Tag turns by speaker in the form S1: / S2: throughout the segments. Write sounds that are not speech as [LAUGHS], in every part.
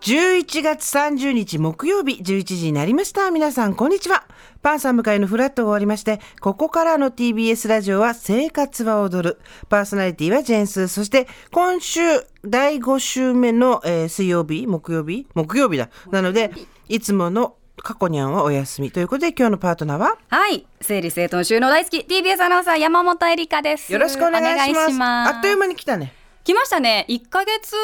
S1: 11月30日木曜日11時になりました。皆さん、こんにちは。パンさん向かいのフラットが終わりまして、ここからの TBS ラジオは生活は踊る。パーソナリティはジェンス。そして、今週、第5週目の、えー水曜日、木曜日木曜日だ。なので、いつもの過去にゃんはお休み。ということで、今日のパートナーは
S2: はい整理整頓収納大好き TBS アナウンサー山本恵里香です
S1: よろしくお願いします。
S2: お願いします
S1: あっという間に来たね。
S2: 来ましたね一ヶ月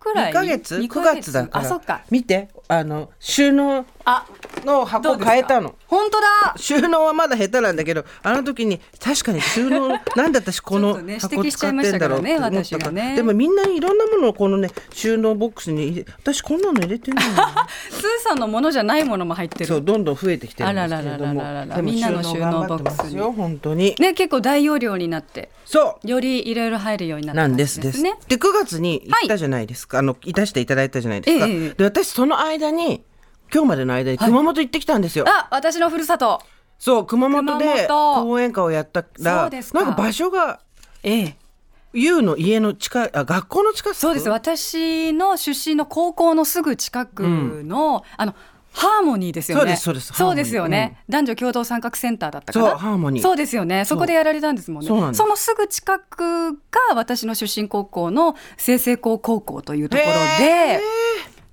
S2: くら
S1: 2
S2: い
S1: ヶ月
S2: 二
S1: ?9 月だから。
S2: あそっか
S1: 見て、あの、収納
S2: あ
S1: の
S2: ど
S1: 箱
S2: うですか
S1: 変えたの。
S2: 本当だ
S1: 収納はまだ下手なんだけどあの時に確かに収納なんで私この
S2: ちょっとね
S1: 箱使ってんだろうって思
S2: 指摘
S1: っ
S2: しちゃ
S1: たから、
S2: いましたからね私がね
S1: でもみんなにいろんなものをこのね収納ボックスに入れ私こんなの入れてない
S2: スーさんのものじゃないものも入って
S1: そう
S2: る
S1: どんどん増えてきてるんですけれども
S2: あらららららら
S1: でも
S2: みんなの収納ボ
S1: 頑
S2: ックスに
S1: 張ってますよ本当に、
S2: ね結構大容量になって
S1: そ
S2: よりいろいろ入るようにな
S1: う
S2: った
S1: なん
S2: 感じ
S1: ですです
S2: ね
S1: で9月に行ったじゃないですか、あのいたしていただいたじゃないですか、
S2: ええええ
S1: で私その間に今日までの間に熊本行ってきたんですよ、
S2: あ私の故郷
S1: そう熊本で
S2: 熊本
S1: 講演会をやったら
S2: そうですか
S1: なんか場所が
S2: ええ
S1: ユウの家の近いあ学校の近く
S2: そうです私の出身の高校のすぐ近くの、あのハーモニーですよね。
S1: そうですそうです
S2: そうですよね、男女共同参画センターだったかな。
S1: そうハーモニー
S2: そうですよね。そこでやられたんですもんね。
S1: そうなん
S2: そ
S1: です
S2: のすぐ近くが私の出身高校の清成高高校というところ
S1: へ
S2: で
S1: ー、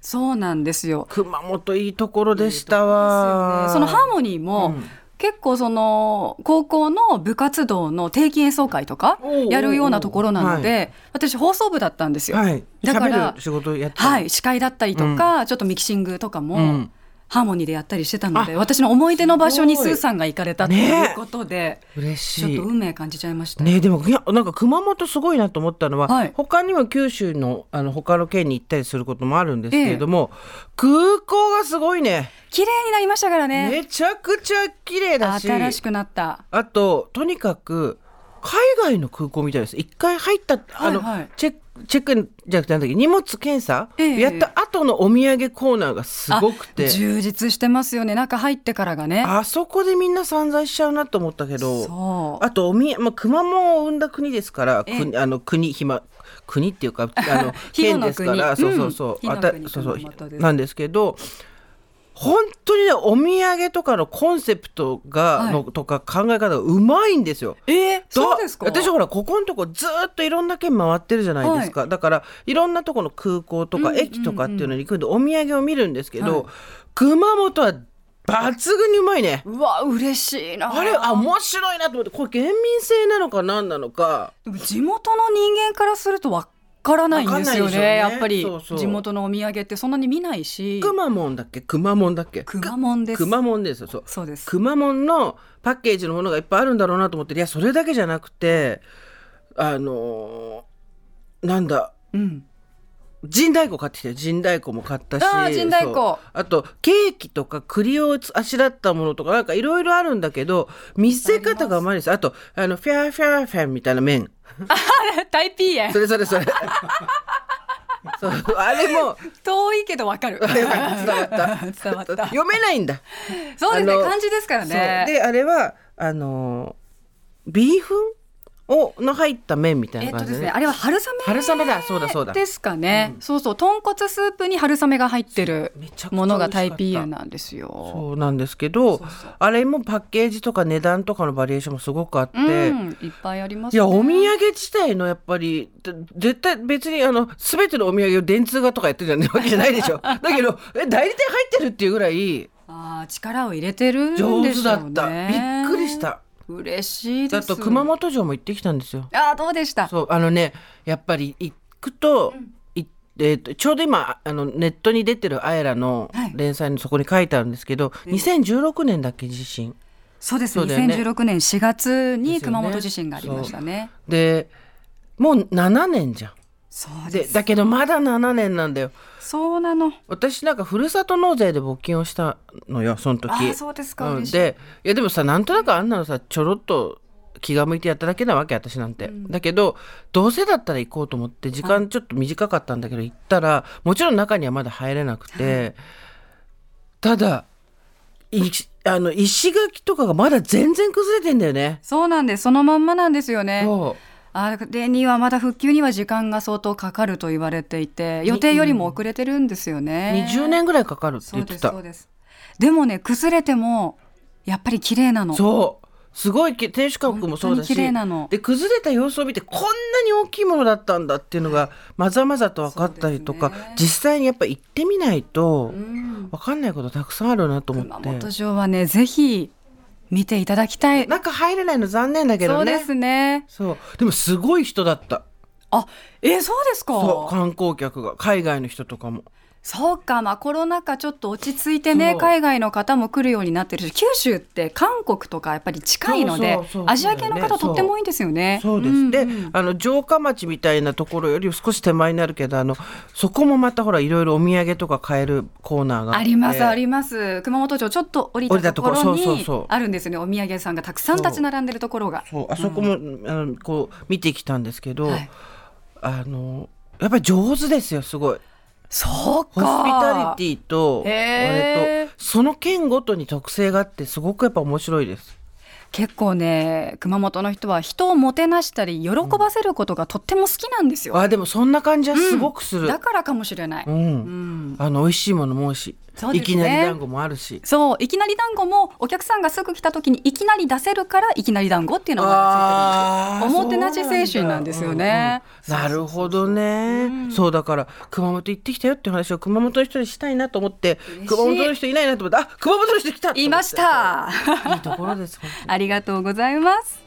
S2: そうなんですよ。
S1: 熊本いいところでしたわ
S2: そのハーモニーも、
S1: うん
S2: 結構その高校の部活動の定期演奏会とか
S1: おうおうおう
S2: やるようなところなので、私放送部だったんですよ、
S1: はい
S2: だか
S1: 喋
S2: ら
S1: る仕事やってた
S2: はい、司会だったりとか、ちょっとミキシングとかも、
S1: うん
S2: ハーモニーでやったりしてたので
S1: あ
S2: 私の思い出の場所に
S1: す
S2: ス
S1: ごい
S2: ーさんが行かれたということで、
S1: 嬉
S2: ちょっ
S1: し
S2: と
S1: い
S2: 運命感じちゃいました、
S1: ねでもいやなんか熊本すごいなと思ったのは、
S2: はい
S1: 他にも九州のあの他の県に行ったりすることもあるんですけれども、空港がすごいね
S2: 綺麗になりましたからね
S1: めちゃくちゃ綺麗だし
S2: 新しくなった
S1: あととにかく海外の空港みたいです一回入ったあの、
S2: はいはい
S1: チェックチェックじゃなくてなんだっけ荷物検査、
S2: ええ
S1: やった後のお土産コーナーがすごくて
S2: あ充実してますよね中入ってからがね
S1: あそこでみんな散財しちゃうなと思ったけど
S2: そう
S1: あとおみや、まあ、熊本を生んだ国ですから
S2: ええ
S1: 国あの国ひま国っていう
S2: [LAUGHS]
S1: かあの
S2: 火
S1: 県
S2: の国
S1: ですからそうそうそう、
S2: うん
S1: あた
S2: 火の国
S1: そうそう
S2: 熊本です
S1: なんですけど本当にねお土産とかのコンセプトが、
S2: はい
S1: のとか考え方がうまいんですよ。
S2: えー、
S1: だ
S2: そうですか
S1: 私ほらここのとこずーっといろんな県回ってるじゃないですか、だからいろんなとこの空港と
S2: う
S1: か
S2: んうんうん
S1: 駅とかっていうのに行くんでお土産を見るんですけど、
S2: は
S1: 熊本は抜群にうまいね
S2: うわ嬉しいな
S1: あれあ面白いなと思ってこれ県民性なのか何なのか
S2: でも地元の人間からするとわからないんですよ
S1: わかんないで
S2: ね
S1: しょうね
S2: やっぱり
S1: そうそう
S2: 地元のお土産ってそんなに見ないし
S1: くまモンだっけくまモンだっけ
S2: くま
S1: く
S2: もんです
S1: くまモンですよそう
S2: そうです
S1: くまモンのパッケージのものがいっぱいあるんだろうなと思っていやそれだけじゃなくてあのーなんだ
S2: うん [LAUGHS]
S1: 陣太鼓買ってきたよ陣太鼓も買ったし
S2: あー陣太鼓
S1: そうあとケーキとか栗をあしらったものとかなんかいろいろあるんだけど見せ方がうまいですあとあのフィャーフィャーフィャーみたいな麺
S2: タイピーエン
S1: それそれそ
S2: [LAUGHS]
S1: れそうあれも
S2: 遠いけどわかる
S1: [LAUGHS] 伝わった
S2: [LAUGHS] 伝わった
S1: 読めないんだ、
S2: そうです
S1: あの
S2: ね漢字ですから
S1: そう
S2: ね
S1: であれはあのービーフンをの入った麺みたい
S2: えっ
S1: な感
S2: とで
S1: じ
S2: す
S1: で,、
S2: ねあれは春雨
S1: 春雨だそうだそうだ
S2: ですかね、そうそう豚骨スープに春雨が入ってる
S1: めちゃくちゃ美味しかった
S2: ものがタイピーエンなんですよ
S1: そうなんですけどあれもパッケージとか値段とかのバリエーションもすごくあって、
S2: うんいっぱいあります
S1: い
S2: ね
S1: やお土産自体のやっぱりで絶対別にあの全てのお土産を電通がとかやってるわけじゃないでし
S2: [LAUGHS]
S1: ょだけどえ代理店入ってるっていうぐらい
S2: あー力を入れてるんでしょう
S1: 上
S2: ね
S1: 手だった、びっくりした
S2: 嬉しいで
S1: あ
S2: す
S1: と熊本城も行ってきたんですよ
S2: あーどうでした
S1: そうあのねやっぱり行くと,い、えーとちょうど今あのネットに出てる「あえら」の
S2: はい
S1: 連載のそこに書いてあるんですけど、2016年だっけ地震
S2: そうです
S1: そうだよね
S2: 2016年4月
S1: で
S2: に
S1: すよね
S2: 熊本地震がありましたね
S1: でもう7年じゃん
S2: そう
S1: で
S2: です
S1: だけどまだ7年なんだよ
S2: そうなの
S1: 私なんかふるさと納税で募金をしたのよその時
S2: あーそうですか
S1: うん
S2: 嬉しい
S1: でいやでもさなんとなくあんなのさちょろっと気が向いてやっただけなわけ私なんて、だけどどうせだったら行こうと思って時間ちょっと短かったんだけど行ったらもちろん中にはまだ入れなくて、ただいあの石垣とかがまだ全然崩れてんだよね。
S2: そうなんですそのまんまなんですよね
S1: そう
S2: あれにはまだ復旧には時間が相当かかると言われていて予定よりも遅れてるんですよね。
S1: 20年ぐらいかかるって
S2: そ
S1: 言
S2: う
S1: っ
S2: で
S1: て
S2: す
S1: た
S2: そうですでもね崩れてもやっぱり綺麗なの
S1: そうすごいき天守閣もそうだし
S2: 本当に綺麗なの
S1: で崩れた様子を見てこんなに大きいものだったんだっていうのがまざまざと分かったりとか、
S2: そうですね
S1: 実際にやっぱ行ってみないと
S2: うん
S1: 分かんないことたくさんあるなと思
S2: 熊
S1: って
S2: 本城はねぜひ見ていただきたい、
S1: 中入れないの残念だけ
S2: そ
S1: ど
S2: うで
S1: ね
S2: すね
S1: そうでもすごい人だった
S2: あえそうですか
S1: そう観光客が海外の人とかも
S2: そうか、まあ、コロナ禍ちょっと落ち着いてね
S1: そう
S2: 海外の方も来るようになってるし九州って韓国とかやっぱり近いので
S1: そうそうそうそう
S2: アジア系の方とっても多いんですよね。
S1: そうです、
S2: ん
S1: であの城下町みたいなところより少し手前になるけどあのそこもまたほらいろいろお土産とか買えるコーナーが
S2: ありますあ
S1: り
S2: ります熊本城ちょっと降り
S1: 降り
S2: た
S1: た
S2: と
S1: と
S2: こ
S1: ころ
S2: ろ
S1: そうそ
S2: に
S1: うそう
S2: あるんですよねお土産屋さんがたくさん立ち並んでるところが
S1: そうあそこも、あのこう見てきたんですけど、
S2: はい
S1: あのやっぱり上手ですよすごい
S2: そう
S1: ホスピタ
S2: か
S1: リティとあ
S2: へー
S1: れとその県ごとに特性があってすごくやっぱ面白いです
S2: 結構ね熊本の人は人をもてなしたり喜ばせることがとっても好きなんですよ、
S1: あでもそんな感じはすごくする
S2: だからかもしれない、
S1: う、
S2: うんん
S1: あの美味しいものも多いし、
S2: そうで
S1: い
S2: す
S1: き
S2: ね
S1: なり団子もあるし
S2: そういきなり団子もお客さんがすぐ来た時にいきなり出せるからいきなり団子っていうのが
S1: あー
S2: おもてなし精神なんですよね
S1: そうなんだうんうんなるほどね、そうだから熊本行ってきたよっていう話を熊本の人にしたいなと思って
S2: しい
S1: 熊本の人いないなと思ってあ熊本の人来たと思って
S2: [LAUGHS] いました
S1: いいところです本当に
S2: ありがとうございます